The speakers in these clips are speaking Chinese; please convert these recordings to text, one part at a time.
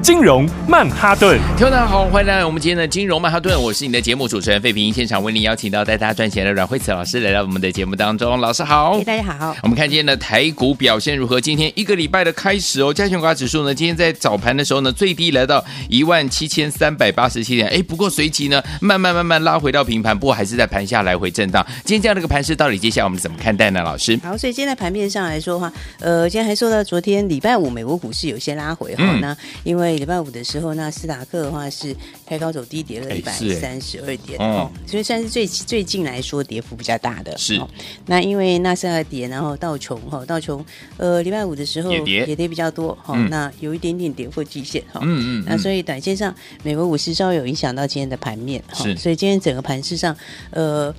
金融曼哈顿。听众大家好，欢迎来到我们今天的金融曼哈顿，我是你的节目主持人费平，现场为您邀请到带大家赚钱的阮慧慈老师来到我们的节目当中，老师好哎，。大家好。我们看今天的台股表现如何？今天一个礼拜的开始哦，加权股价指数呢，今天在早盘的时候呢，最低来到一万七千三百八十七点，哎，不过随即呢，慢慢慢慢拉回到平盘，不过还是在盘下来回震荡。今天这样的一个盘势，到底接下来我们怎么看待呢？老师，好，所以今天在盘面上来说的话，呃，今天还说到昨天礼拜五美国股市有一些拉回哈、嗯那因为礼拜五的时候，那斯达克的话是开高走低，跌了哎一百是哎三十二点、哦哦，所以算是最最近来说跌幅比较大的。哦是那因为纳斯达克跌，然后道琼哈，道琼呃礼拜五的时候也跌比较多哈、嗯那有一点点跌破季线哈、嗯嗯那所以以短线上，美国股市稍微有影响到今天的盘面，哈是所以今天整个盘市上，呃，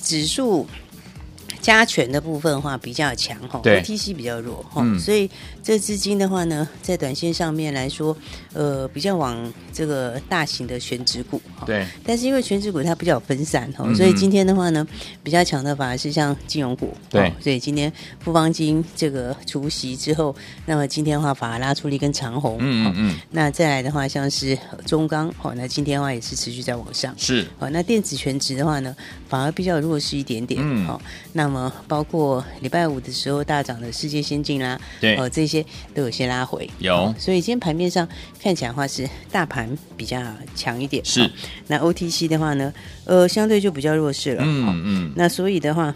指数加权的部分的话比较强哈对，OTC 比较弱哈、嗯所以这资金的话呢，在短线上面来说，呃，比较往这个大型的全指股哈。对但是因为全指股它比较有分散哈、嗯所以今天的话呢，比较强的反而是像金融股。对哦所以今天富邦金这个除息之后，那么今天的话反而拉出了一根长红。嗯哦嗯嗯，那再来的话，像是呃中钢，哦，那今天的话也是持续在往上。是哦，那电子全值的话呢，反而比较弱势一点点。嗯哦，那么包括礼拜五的时候大涨的世界先进啦，对哦，这些都有些拉回。有哦所以今天盘面上看起来的话是大盘比较强一点。是哦那 OTC 的话呢，呃，相对就比较弱势了。哦嗯嗯那所以的话，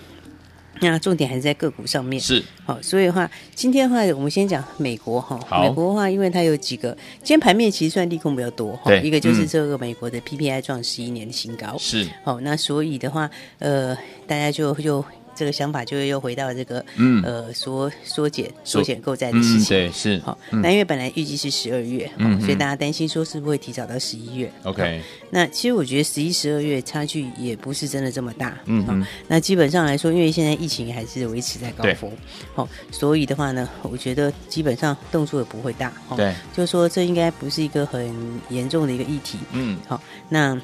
那重点还是在个股上面。是好，所以的话，今天的话，我们先讲美国哈。好美国的话，因为它有几个，今天盘面其实算利空比较多哈对。一个就是嗯这个美国的 PPI 创十一年的新高。是，好，那所以的话，呃，大家就就这个想法就又回到这个，嗯呃，缩缩减缩缩减购债的事嗯情。对是好，嗯那因为本来预计是十二月，嗯哦所以嗯大家担心说是不是会提早到十一月。 OK 那其实我觉得十一、十二月差距也不是真的这么大。嗯哼哦那基本上来说，因为现在疫情还是维持在高对峰，哦，所以的话呢，我觉得基本上动作也不会大。哦，对就说这应该不是一个很严重的一个议题。嗯好、那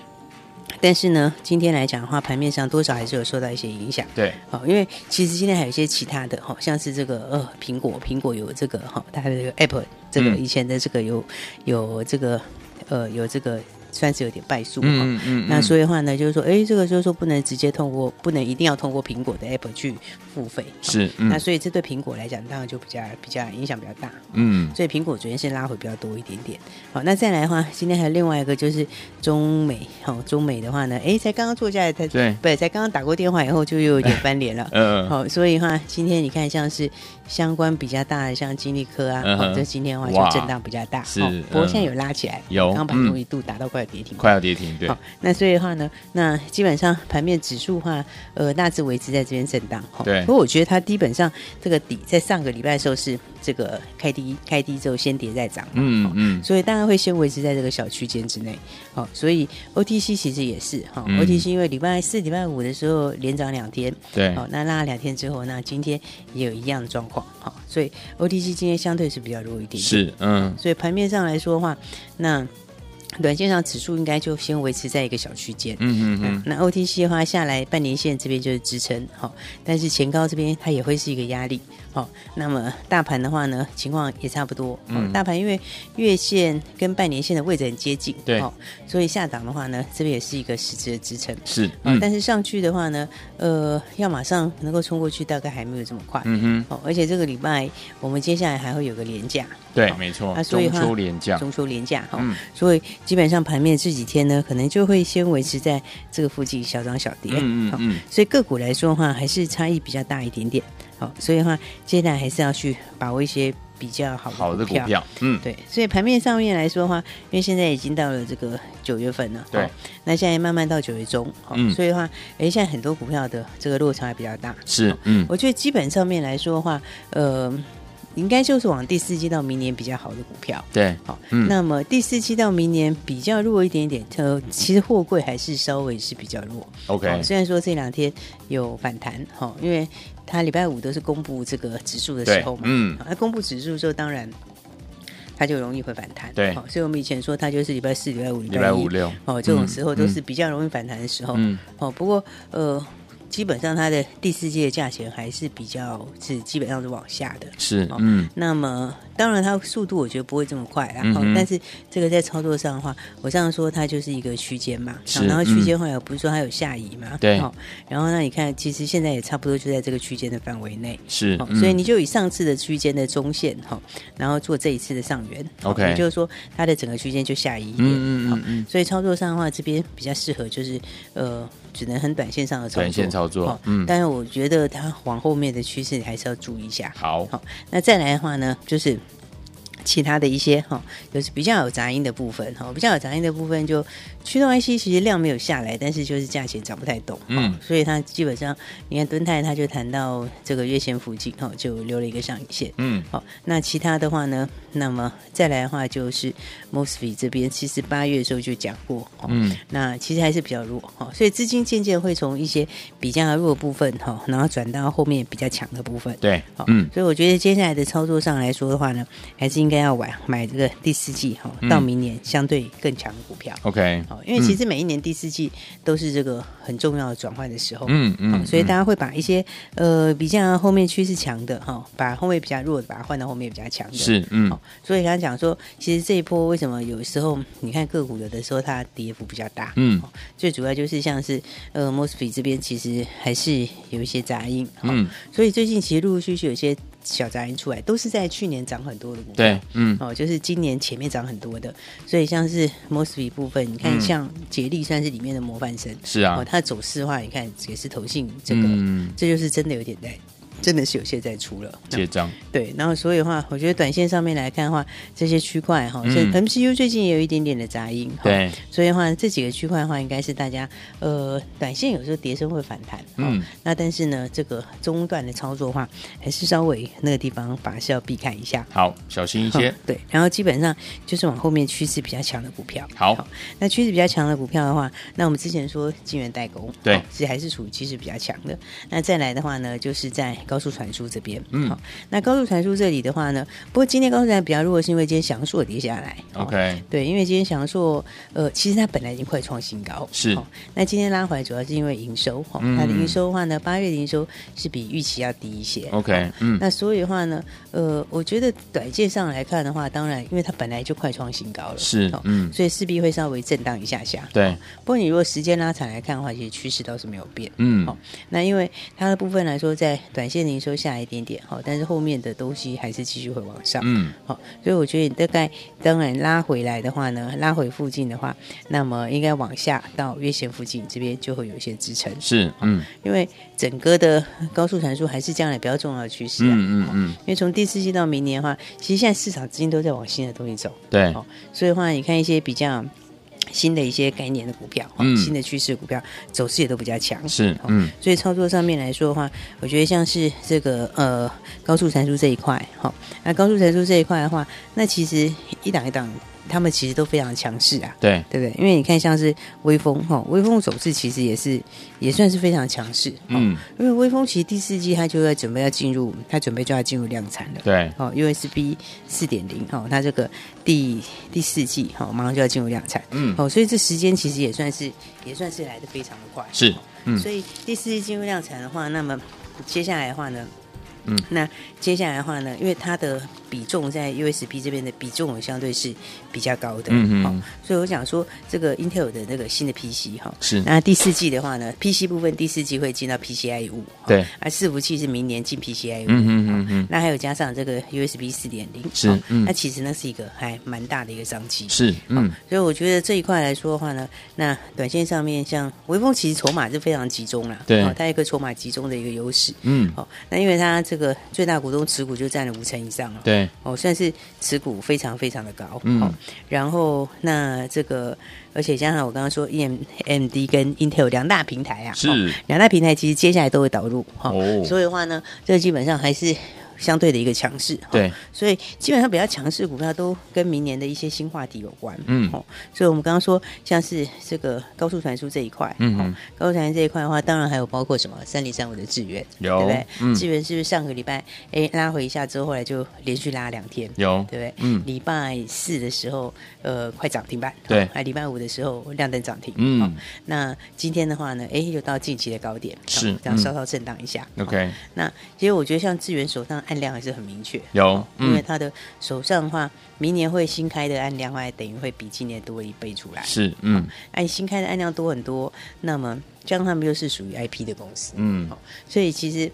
但是呢，今天来讲的话，盘面上多少还是有受到一些影响。对哦，因为其实今天还有一些其他的，哦，像是这个呃，苹果，苹果有这个哈、哦，它的这个 App，这个嗯以前的这个有、有这个呃有这个算是有点败诉哈、哦嗯嗯嗯那所以以的话呢，就是说，哎，这个就是说不能直接通过，不能一定要通过苹果的 App 去付费。哦是嗯那所以这对苹果来讲，当然就比较比较影响比较大。嗯所以苹果昨天是拉回比较多一点点。好，那再来的话，今天还有另外一个就是中美，好，中美的话呢，哎，才刚刚坐下来，才对。不才刚刚打过电话以后，就又有点翻脸了 嗯好，所以的话，今天你看像是相关比较大的，像金利科啊，嗯哼好这今天的话哇就震荡比较大，是好不过嗯现在有拉起来，有刚刚嗯盘中一度达到快要跌停板。快要跌停对好，那所以的话呢，那基本上盘面指数的话，呃，大致维持在这边震荡。哈对不过我觉得它基本上这个底在上个礼拜的时候是这个开低，开低之后先跌再涨。嗯嗯所以大概会先维持在这个小区间之内，好、所以 OTC 其实也是哈、嗯 o t c 因为礼拜四、礼拜五的时候连涨两天，对好、那拉了两天之后，那今天也有一样的状况，好、所以 OTC 今天相对是比较弱一点点，是嗯所以盘面上来说的话，那短线上指数应该就先维持在一个小区间。嗯嗯嗯嗯，那 OTC 的话下来半年线这边就是支撑，好、但是前高这边它也会是一个压力，好、那么大盘的话呢，情况也差不多，哦嗯大盘因为月线跟半年线的位置很接近，对哦，所以下档的话呢，这边也是一个实质的支撑，是哦嗯但是上去的话呢，呃，要马上能够冲过去，大概还没有这么快，嗯哼哦，而且这个礼拜我们接下来还会有个连假，对好没错啊所以哦中的话秋连假中秋连假哈、嗯所以基本上盘面这几天呢，可能就会先维持在这个附近小涨小跌，嗯嗯好嗯所以个股来说的话，还是差异比较大一点点，好，所以的话，接下来还是要去把握一些比较好好的的股股票。票嗯对，所以盘面上面来说的话，因为现在已经到了这个九月份了，对好那现在慢慢到九月中，好嗯所以的话，哎，现在很多股票的这个落差比较大，是嗯我觉得基本上面来说的话，呃，应该就是往第四季到明年比较好的股票。对，好，嗯那么第四季到明年比较弱一点点，呃，其实货柜还是稍微是比较弱。哦 OK 好虽然说这两天有反弹，哈，因为它礼拜五都是公布这个指数的时候嘛，对嗯好，那公布指数之后，当然它就容易会反弹，对好，所以我们以前说它就是礼拜四、礼拜五、礼礼拜一五六哦，这种时候都嗯是比较容易反弹的时候，嗯哦，不过呃。基本上它的第四季的价钱还是比较是基本上是往下的，是好，嗯，那么当然它速度我觉得不会这么快啦，嗯哦哼但是这个在操作上的话，我上次说它就是一个区间嘛，是好然后区间后来我不是说它有下移嘛，对好然后那你看其实现在也差不多就在这个区间的范围内。是哦，嗯所以你就以上次的区间的中线哈、哦然后做这一次的上缘哦 OK 也就是说它的整个区间就下移一点，嗯嗯好嗯嗯，所以操作上的话，这边比较适合就是呃，只能很短线上的操作，短线操作哦嗯但是我觉得它往后面的趋势你还是要注意一下，好，好，那再来的话呢，就是其他的一些哈、就是比较有杂音的部分哈、比较有杂音的部分就驱动 IC 其实量没有下来，但是就是价钱涨不太动，嗯哦所以它基本上你看敦泰它就谈到这个月线附近哈、就留了一个上影线。嗯，好、那其他的话呢？那么再来的话就是 mosfet E 这边，其实八月的时候就讲过，哦、嗯，那其实还是比较弱哈、哦，所以资金渐渐会从一些比较弱的部分哈、哦，然后转到后面比较强的部分。对好，嗯，所以我觉得接下来的操作上来说的话呢，还是应该要买买这个第四季哈，嗯到明年相对更强的股票。 ，OK，好，因为其实嗯每一年第四季都是这个很重要的转换的时候，嗯嗯好嗯所以大家会把一些呃比较后面趋势强的哈，把后面比较弱的把它换到后面比较强的，是，嗯好，所以刚刚讲说，其实这一波为什么有时候你看个股有的时候它跌幅比较大，嗯哦，最主要就是像是呃 mosby 这边其实还是有一些杂音，哦嗯，所以最近其实陆陆续续有一些小杂音出来，都是在去年涨很多的股票，对，嗯，哦，就是今年前面涨很多的，所以像是 mosby 部分，你嗯看像杰力算是里面的模范生，是啊哦，，它走势的话，你看也是投信这个，嗯，这就是真的有点在，真的是有些在出了，结账，对，然后所以的话，我觉得短线上面来看的话，这些区块哦哈，像嗯 MCU 最近也有一点点的杂音，哦哈对，所以的话这几个区块的话，应该是大家呃短线有时候跌升会反弹，嗯嗯，那但是呢，这个中段的操作的话，还是稍微那个地方反而是要避开一下。好，小心一些哦，对，然后基本上就是往后面趋势比较强的股票。好那趋势比较强的股票的话，那我们之前说晶圆代工，对哦其实还是处于趋势比较强的。那再来的话呢，就是在高速传输这边，嗯好那高速传输这里的话呢，不过今天高速传输比较弱，是因为今天翔硕跌下来。哦，OK，对，因为今天翔硕，呃，其实它本来已经快创新高，是那今天拉回来主要是因为营收，哦，嗯它的营收的话呢，八月的营收是比预期要低一些。 ，OK，嗯，那所以的话呢，呃，我觉得短线上来看的话，当然，因为它本来就快创新高了，是哦，嗯所以势必会稍微震荡一下下。对，不过你如果时间拉长来看的话，其实趋势倒是没有变。嗯好、那因为它的部分来说，在短线营收下来一点点，好、但是后面的东西还是继续会往上。嗯，好、所以我觉得你大概当然拉回来的话呢，拉回附近的话，那么应该往下到月线附近这边就会有一些支撑，是，嗯因为整个的高速传输还是将来比较重要的趋势、啊。嗯嗯嗯，因为从第四季到明年的话，其实现在市场资金都在往新的东西走，对，哦，所以的话，你看一些比较新的一些概念的股票，哦嗯新的趋势股票走势也都比较强，是哦，嗯所以操作上面来说的话，我觉得像是这个呃高速传输这一块，好、那高速传输这一块的话，那其实一档一档，他们其实都非常强势啊。对，对不对？因为你看，像是微风哈、哦，微风走势其实也是也算是非常强势。哦、嗯，因为微风其实第四季它就要准备要进入，它准备就要进入量产了。对，哦，USB 四点零哦，它这个第第四季哦，马上就要进入量产。嗯哦，所以这时间其实也算是也算是来的非常的快。是哦，嗯所以第四季进入量产的话，那么接下来的话呢？嗯，那接下来的话呢，因为它的比重在 USB 这边的比重相对是比较高的，嗯嗯哦，所以我想说，这个 Intel 的那个新的 PC 哈、是，那第四季的话呢，PC 部分第四季会进到 PCIe 五，哦对，而伺服器是明年进 PCIe 五，嗯嗯嗯嗯，那还有加上这个 USB 四点零，是哦嗯那其实那是一个还蛮大的一个商机。是，嗯哦，所以我觉得这一块来说的话呢，那短线上面像微风其实筹码是非常集中啦，哦对它有一个筹码集中的一个优势。嗯，哦，那因为它这个最大股东持股就占了五成以上了，对，哦，算是持股非常非常的高，嗯哦，然后那这个，而且加上我刚刚说 E M M D 跟 Intel 两大平台啊，是哦两大平台其实接下来都会导入，哈、哦所以的话呢，这基本上还是相对的一个强势。哈对，所以基本上比较强势的股票都跟明年的一些新话题有关。嗯哦，所以我们刚刚说像是这个高速传输这一块，嗯哼哦高速传输这一块的话，当然还有包括什么三零三五的智源，有对不对？嗯智源是不是上个礼拜哎拉回一下之后，后来就连续拉两天，有对不对？嗯礼拜四的时候，呃，快涨停板，对哦啊，礼拜五的时候亮灯涨停，嗯哦那今天的话呢，哎，又到近期的高点，哦是这样嗯稍稍震荡一下。哦，OK，那其实我觉得像智源手上按量还是很明确，有，因为嗯，他的手上的话，明年会新开的按量还等于会比今年多一倍出来。是，嗯按新开的按量多很多，那么这样他们又是属于 IP 的公司，嗯好，所以其实。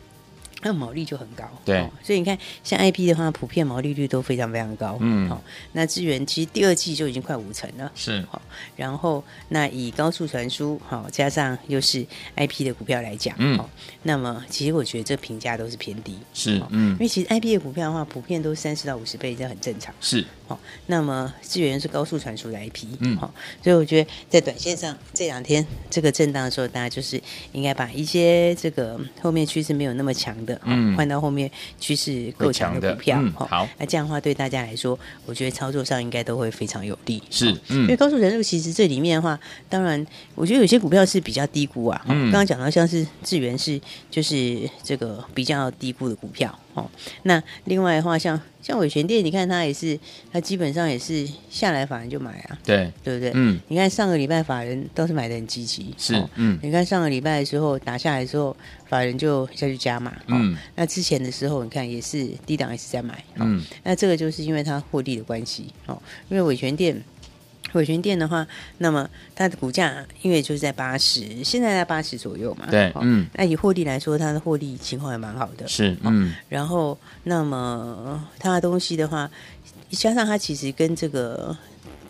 那毛利就很高，哦对所以你看，像 IP 的话，普遍毛利率都非常非常高，嗯好、那智源其实第二季就已经快五成了，是，好、然后那以高速传输，好、加上又是 IP 的股票来讲，嗯好那么其实我觉得这评价都是偏低，是好，嗯因为其实 IP 的股票的话，普遍都三十到五十倍，这很正常。是，好、那么资源是高速传输的 IP，嗯好、所以我觉得在短线上这两天这个震荡的时候，大家就是应该把一些这个嗯后面趋势没有那么强嗯的，嗯，换到后面趋势够强的股票，哦会强的嗯好好那这样的话对大家来说，我觉得操作上应该都会非常有利，是好嗯因为高速传输其实这里面的话，当然我觉得有些股票是比较低估啊，嗯刚刚讲到像是智源是就是这个比较低估的股票，哦，那另外的话像像伟全店，你看它也是，它基本上也是下来法人就买啊，对，对不对？嗯，你看上个礼拜法人倒是买的很积极，是哦，嗯你看上个礼拜的时候打下来之后，法人就下去加码，哦、嗯，那之前的时候你看也是低档也是在买，哦、嗯，那这个就是因为它获利的关系，哦，因为伟全店。伟全店的话，那么它的股价因为就是在八十，现在在八十左右嘛。对哦嗯那以获利来说，它的获利情况还蛮好的。是，嗯，然后，那么它的东西的话，加上它其实跟这个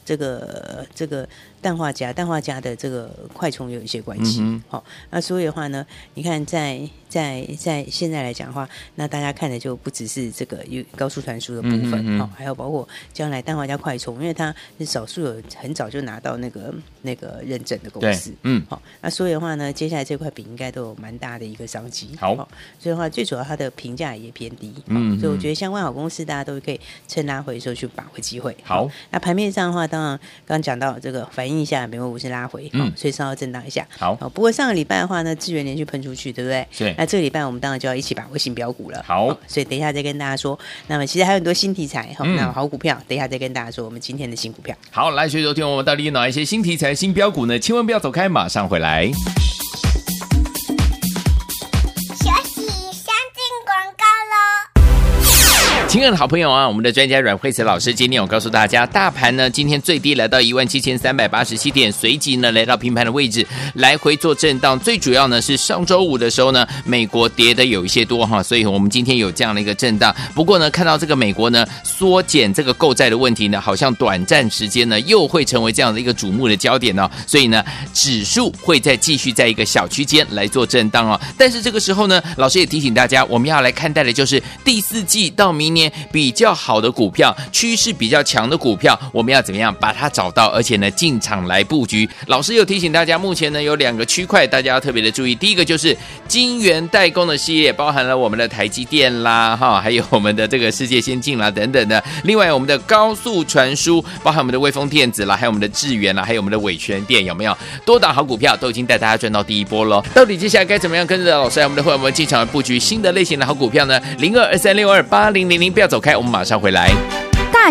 这个这个氮化镓、氮化镓的这个快充有一些关系嗯。好、那所以的话呢，你看在在在现在来讲的话，那大家看的就不只是这个有高速传输的部分，好、嗯嗯嗯还有包括将来氮化镓快充，因为它是少数有很早就拿到那个那个认证的公对司。，嗯，好、那所以的话呢，接下来这块饼应该都有蛮大的一个商机。好所以的话，最主要它的评价也偏低。嗯嗯，所以我觉得相关好公司，大家都可以趁拉回的时候去把握机会。好那盘面上的话，当然刚刚讲到这个反映一下美国股市拉回，嗯嗯，所以稍微震荡一下。好，哦，不过上个礼拜的话呢，资源连续喷出去，对不对？是那这个礼拜我们当然就要一起把握新标股了。好哦所以等一下再跟大家说。那么其实还有很多新题材哈、哦嗯那好股票，等一下再跟大家说我们今天的新股票。好，来，所以昨天我们到底有哪一些新题材、新标股呢？千万不要走开，马上回来。学习先进广告喽。亲爱的好朋友啊，我们的专家阮慧慈老师今天有告诉大家，大盘呢今天最低来到一万七千三百八十七点，随即呢来到平盘的位置，来回做震荡。最主要呢是上周五的时候呢，美国跌的有一些多哈，所以我们今天有这样的一个震荡。不过呢，看到这个美国呢缩减这个购债的问题呢，好像短暂时间呢又会成为这样的一个瞩目的焦点哦，所以呢指数会再继续在一个小区间来做震荡哦。但是这个时候呢，老师也提醒大家，我们要来看待的就是第四季到明年比较好的股票，趋势比较强的股票，我们要怎么样把它找到，而且呢进场来布局。老师有提醒大家，目前呢有两个区块大家要特别的注意，第一个就是晶圆代工的系列，包含了我们的台积电啦， 哈，还有我们的这个世界先进啦等等的。另外我们的高速传输，包含我们的微风电子啦，还有我们的智源啦，还有我们的伟全电，有没有？多档好股票都已经带大家赚到第一波喽。到底接下来该怎么样跟着老师，还有我们的会员们进场布局新的类型的好股票呢？零二二三六二八零零零，不要走开，我们马上回来。大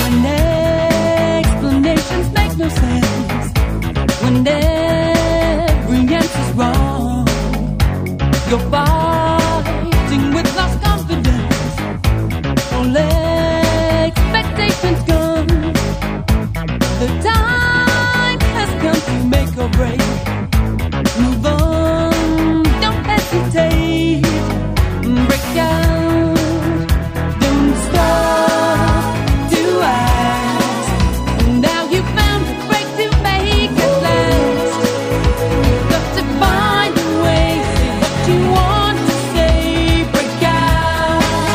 When explanations make no sense, when every answer's wrong, you're fighting with lost confidence. All expectations gone. The time has come to make or break. Move on, don't hesitate. Break down. Don't stop to ask. Now you found a break to make it last. Got to find a way. Say what you want to say. Break out.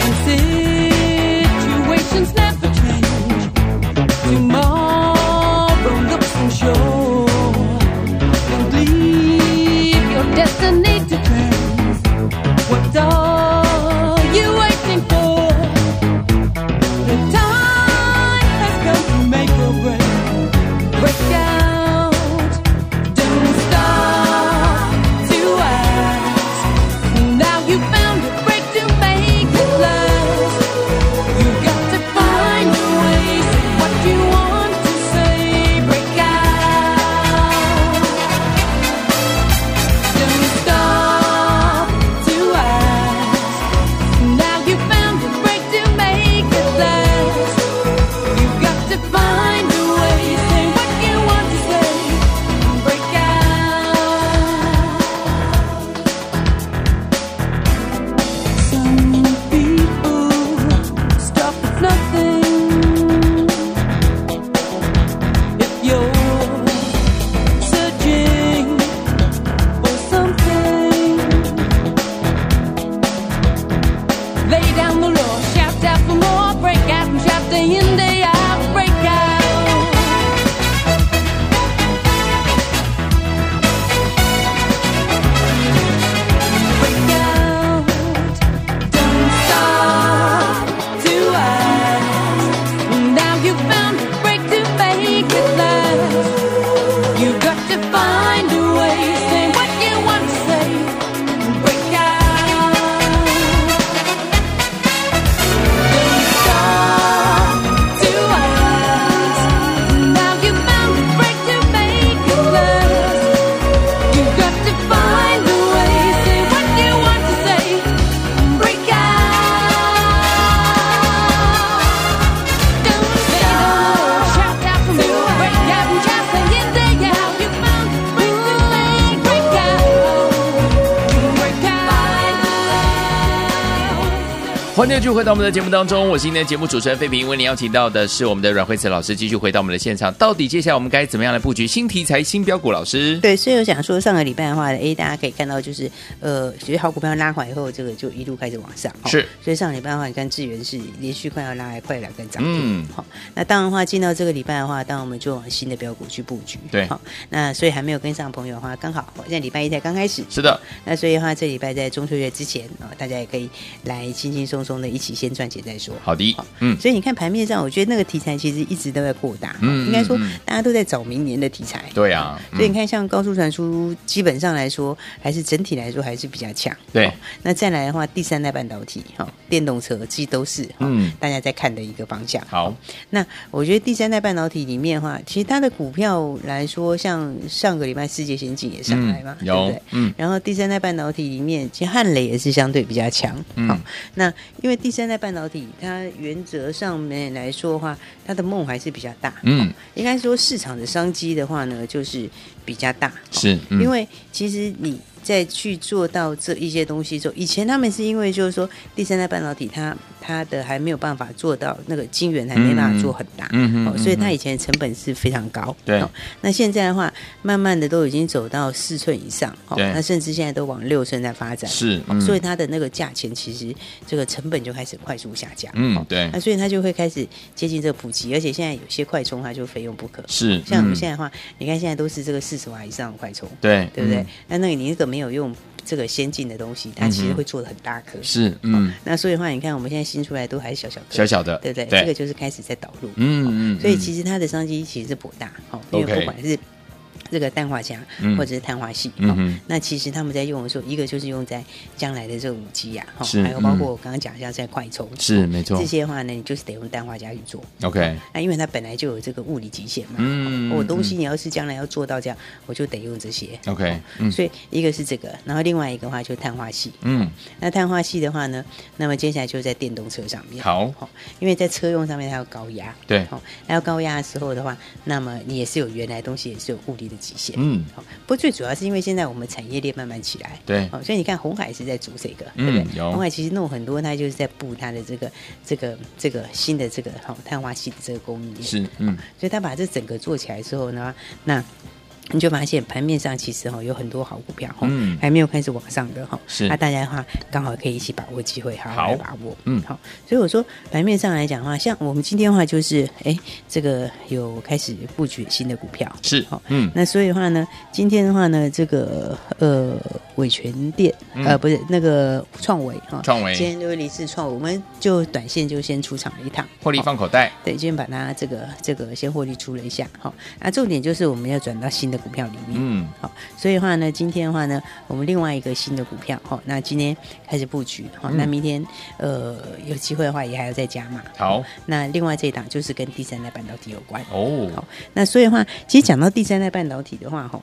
When situations never change, tomorrow looks unsure. Don't leave your destiny to chance. What are you waiting for? The time has come to make your break. Break out. Don't stop to ask. Now you found a break to make it last. You got to find a way. Say what you want to say. Break out. Don't stop to ask. Now you found a break to make it last. You got to find a way. Say what you want to say. Break out. Some people stop with nothing. If you're searching or something. Lay down the law, shout out for more, break out and shout day in, day out, break out. Break out, don't stop to ask. Now you found a break to make it last. You got to find a way. Say what you want to say. Break out. Don't stop to ask. Now you found a break to make it last. You got to find a way. Say what you want to say. Break out. Break out. 欢迎继续回到我们的节目当中，我是今天的节目主持人费平。为您邀请到的是我们的阮慧慈老师，继续回到我们的现场。到底接下来我们该怎么样来布局新题材、新标股？老师，对，所以我想说，上个礼拜的话，诶，大家可以看到，就是呃，其实好股票拉回以后，这个就一路开始往上。哦是所以上礼拜的话，你看智源是连续快要拉来快两根涨停。嗯好、那当然的话，进到这个礼拜的话，当然我们就往新的标股去布局。对好、那所以还没有跟上的朋友的话，刚好现在礼拜一才刚开始。是的，那所以的话，这礼拜在中秋节之前啊、哦大家也可以来轻轻松中的一起先赚钱再说。好的，嗯，所以你看盘面上，我觉得那个题材其实一直都在扩大，嗯应该说嗯嗯大家都在找明年的题材。对啊嗯所以你看，像高速传输，基本上来说，还是整体来说还是比较强。哦对，那再来的话，第三代半导体哈、电动车其实都是哈、嗯大家在看的一个方向。好，那我觉得第三代半导体里面的话，其实它的股票来说，像上个礼拜世界先进也上来嘛，嗯对不有对？嗯然后第三代半导体里面，其实汉磊也是相对比较强。嗯好那因为第三代半导体，它原则上面来说的话，它的梦还是比较大。嗯，应该说市场的商机的话呢，就是比较大。是，嗯哦因为其实你在去做到这一些东西之后，以前他们是因为就是说第三代半导体它它的还没有办法做到那个晶圆还没办法做很大，嗯嗯嗯哦，所以它以前的成本是非常高。哦对那现在的话，慢慢的都已经走到四寸以上，哦，对那甚至现在都往六寸在发展，是哦嗯所以它的那个价钱其实这个成本就开始快速下降。哦嗯，对那，所以它就会开始接近这个普及，而且现在有些快充它就非用不可。是，像我们嗯现在的话，你看现在都是这个四十瓦以上的快充，对，对不对嗯？？那那个你那个没有用这个先进的东西，它嗯其实哼会做的很大颗。是，嗯，那所以的话，你看我们现在新出来都还是小小颗，小小的，哦对不对？这个就是开始在导入，嗯嗯，所以嗯其实它的商机其实是颇大，哦，因 OK 为不管是这个氮化镓嗯或者是碳化系，嗯哦哼那其实他们在用的时候，一个就是用在将来的这个五 G 呀，哦是还有包嗯括我刚刚讲一下在快充，是没错这些的话呢，你就是得用氮化镓去做， OK，那因为它本来就有这个物理极限嘛，哦嗯我东西你要是将来要做到这样，我就得用这些。 OK，哦嗯所以一个是这个，然后另外一个的话就是碳化系。嗯，那碳化系的话呢，那么接下来就在电动车上面。好，哦，因为在车用上面它要高压。对哦，那要高压的时候的话，那么你也是有原来东西也是有物理的极限。嗯好、不过最主要是因为现在我们产业链慢慢起来。对哦，所以你看红海是在做这个，嗯对不对？有红海其实弄很多，它就是在布它的这个这个这个新的这个哦碳化系的这个供应链。是，嗯，所以他把这整个做起来之后呢，那你就发现盘面上其实哈有很多好股票哈，嗯还没有开始往上的哈，是那、大家的话刚好可以一起把握机会，好好好地把握，嗯好。所以我说盘面上来讲的话，像我们今天的话就是，哎、这个有开始布局新的股票，是好，嗯，那所以的话呢，今天的话呢，这个呃伟权店、嗯呃不是那个创维哈，创维今天就是离市创维，我们就短线就先出场了一趟，获利好放口袋，对，今天把它这个这个先获利出了一下，好、那重点就是我们要转到新的股票里面，嗯，好、所以的话呢，今天的话呢，我们另外一个新的股票，好、那今天开始布局，嗯好、那明天呃有机会的话也还要再加码，好，那另外这一档就是跟第三代半导体有关，哦好，那所以的话，其实讲到第三代半导体的话，哈、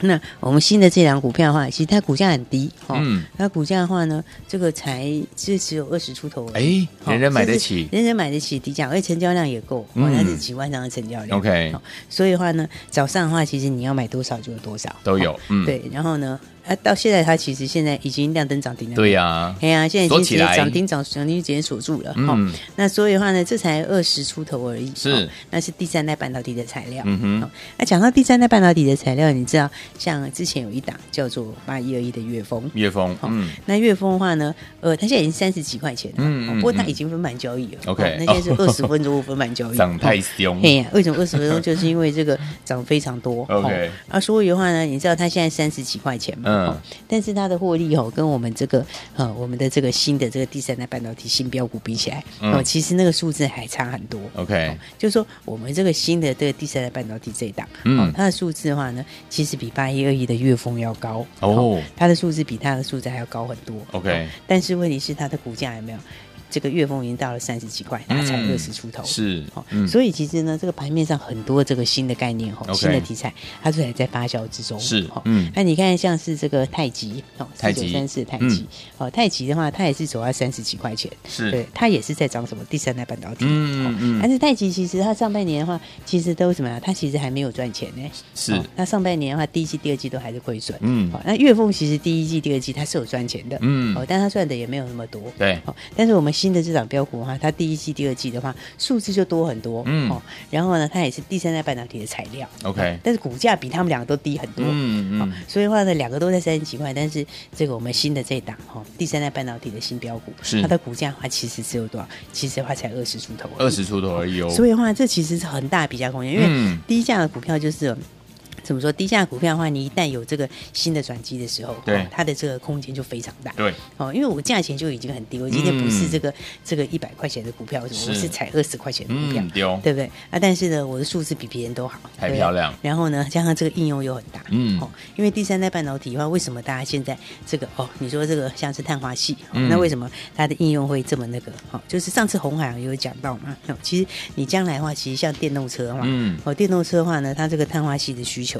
那我们新的这档股票的话，其实它股价很低，哦，嗯它股价的话呢，这个才是只有二十出头而已，哎人人哦买得甚至起人人买得起低价，而且成交量也够，哦，嗯它是几万张的成交量 OK 哦所以的话呢，早上的话，其实你要买多少就有多少，都哦有，嗯，对，然后呢，啊，到现在它其实现在已经亮灯涨停了，对呀，哎呀，现在已锁经起直接来涨停涨涨停就直接锁住了。嗯哦，那所以的话呢，这才二十出头而已。是哦那是第三代半导体的材料。嗯哼哦那讲到第三代半导体的材料，你知道，像之前有一档叫做八一二一的岳峰。岳峰，哦嗯，那岳峰的话呢，呃，它现在已经三十几块钱了，嗯哦嗯不过它嗯已经分盘交易了。 OK 哦那现在是二十分钟分盘 交易，长太哦 凶哎，呀，为什么二十分钟？就是因为这个涨非常 多。 OK 哦啊，所以的话呢，你知道它现在三十几块钱嘛？嗯哦但是它的获利哦，跟我们这个呃我们的这个新的这个第三代半导体新标股比起来，嗯哦，其实那个数字还差很多。 OK 就是说，我们这个新的这个第三代半导体这一档，嗯哦，它的数字的话呢，其实比八一二一的月峰要高哦它的数字比它的数字还要高很多。 OK 但是问题是它的股价有没有？这个月峰已经到了三十几块，它才嗯二十出头，是哦，嗯所以其实呢，这个盘面上很多这个新的概念哦 OK 新的题材，它都还在发酵之中。是哦嗯那你看像是这个太极哦，太四极嗯九三四太极，哦，太极的话，它也是走到三十几块钱，是对，它也是在涨什么第三代半导体。嗯哦嗯但是太极其实它上半年的话，其实都怎么样？啊它其实还没有赚钱呢。是哦那上半年的话，第一季、第二季都还是亏损。嗯哦，那月凤其实第一季、第二季它是有赚钱的。嗯哦，但它赚的也没有那么多。对哦，但是我们新的这档标股的话，它第一季、第二季的话，数字就多很多。嗯哦，然后呢，它也是第三代半导体的材料。 OK 但是股价比他们两个都低很多。嗯好嗯，所以的话呢，两个都在三十几块，但是这个我们新的这一档哈、哦，第三代半导体的新标股，是它的股价的话其实只有多少？其实的话才二十出头而已，二十出头而已哦，所以的话，这其实是很大比价空间，因为嗯低价的股票就是。怎么说低价股票的话，你一旦有这个新的转机的时候，对哦它的这个空间就非常大。对，哦，因为我价钱就已经很低，我今天不是这个、这个一百块钱的股票，什么嗯是我是才二十块钱的股票。嗯，丢，对不对啊？但是呢，我的数字比别人都好，太对不对漂亮然后呢，加上这个应用又很大，嗯哦，因为第三代半导体的话，为什么大家现在这个哦，你说这个像是碳化系，哦嗯那为什么它的应用会这么那个？哦，就是上次红海有讲到嘛，哦，其实你将来的话，其实像电动车的话，嗯哦，电动车的话呢，它这个碳化系的需求，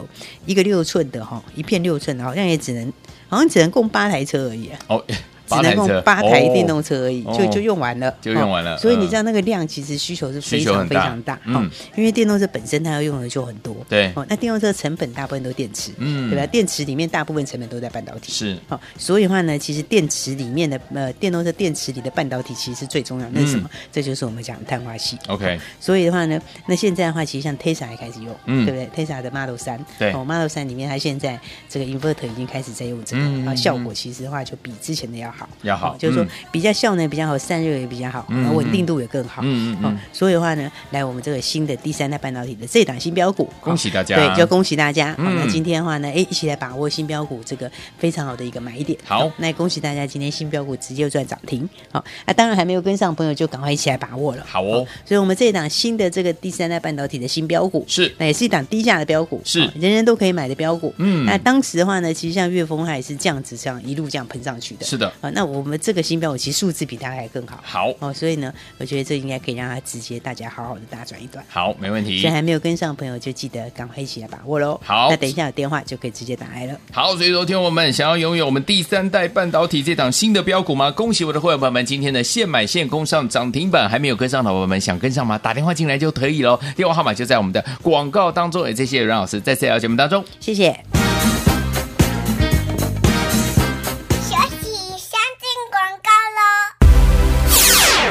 一个六寸的哈、哦，一片六寸的，好像也只能好像只能供八台车而已、啊。哦， 只能供八台电动哦车而已，哦就就用完了，就用完了哦所以你嗯知道那个量其实需求是非需求常很非大常大，嗯哦，因为电动车本身它要用的就很多，对哦，那电动车成本大部分都电池，嗯对吧？电池里面大部分成本都在半导体，是好、所以的话呢，其实电池里面的呃，电动车电池里的半导体其实是最重要的，那是什么？嗯这就是我们讲的碳化系。 OK 所以的话呢，那现在的话，其实像 Tesla 也开始用，嗯对不对？Tesla 的 Model 三，对哦，Model 三里面它现在这个 inverter 已经开始在用这个，嗯嗯啊，嗯效果其实的话就比之前的要好，要好哦就是说嗯比较效能比较好，散热也比较好，嗯然后嗯稳定度也更好，嗯嗯嗯哦所以的话呢，来我们这个新的第三代半导体的这档新标股，哦恭喜大家对，就恭喜大家。好，哦嗯那今天的话呢，哎，一起来把握新标股这个非常好的一个买点。哦好那也恭喜大家今天新标股直接赚涨停。好，那、当然还没有跟上的朋友就赶快一起来把握了。好哦所以我们这一档新的这个第三代半导体的新标股是那也是一档低价的标股，是哦人人都可以买的标股。嗯那当时的话呢，其实像岳峰它也是这样子，这样一路这样喷上去的。是的啊，那我们这个新标股其实数字比它还更好。好哦，所以呢，我觉得这应该可以让它直接大家好好的大转一段。好，没问题现在。还没有跟上的朋友，就记得赶快一起来把握喽。嗯好那等一下有电话就可以直接打来了。好，所以说，听我们想要拥有我们第三代半导体这档新的标股吗？恭喜我的会员朋友们，今天的现买现攻上涨停板，还没有跟上的伙伴们，想跟上吗？打电话进来就可以喽，电话号码就在我们的广告当中。也谢谢阮老师在这条节目当中。谢谢。学习先进广告 喽。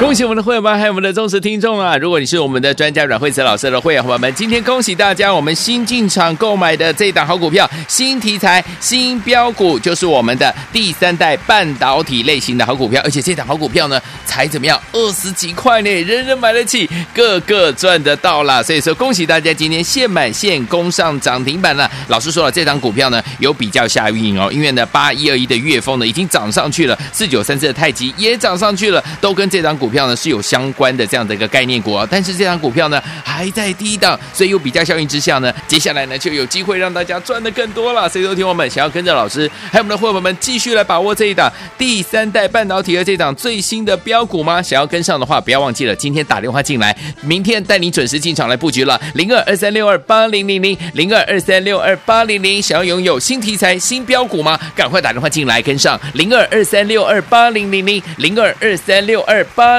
恭喜我们的会员们，还有我们的忠实听众啊！如果你是我们的专家阮慧慈老师的会员伙伴们，今天恭喜大家，我们新进场购买的这一档好股票、新题材、新标股，就是我们的第三代半导体类型的好股票，而且这档好股票呢，才怎么样，二十几块呢，人人买得起，个个赚得到啦。所以说，恭喜大家今天现买现攻上涨停板了。老师说了，这档股票呢有比较下运营哦，因为呢八一二一的月峰呢已经涨上去了，四九三四的太极也涨上去了，都跟这档股票呢是有相关的这样的一个概念股啊。但是这档股票呢还在低档，所以有比较效应之下呢，接下来呢就有机会让大家赚的更多了。所以，说，听我们想要跟着老师还有我们的伙伴们继续来把握这一档第三代半导体的这档最新的标股吗？想要跟上的话，不要忘记了今天打电话进来，明天带你准时进场来布局了。零二二三六二八零零零零二二三六二八零零，想要拥有新题材、新标股吗？赶快打电话进来跟上零二二三六二八零零零零二二三六二八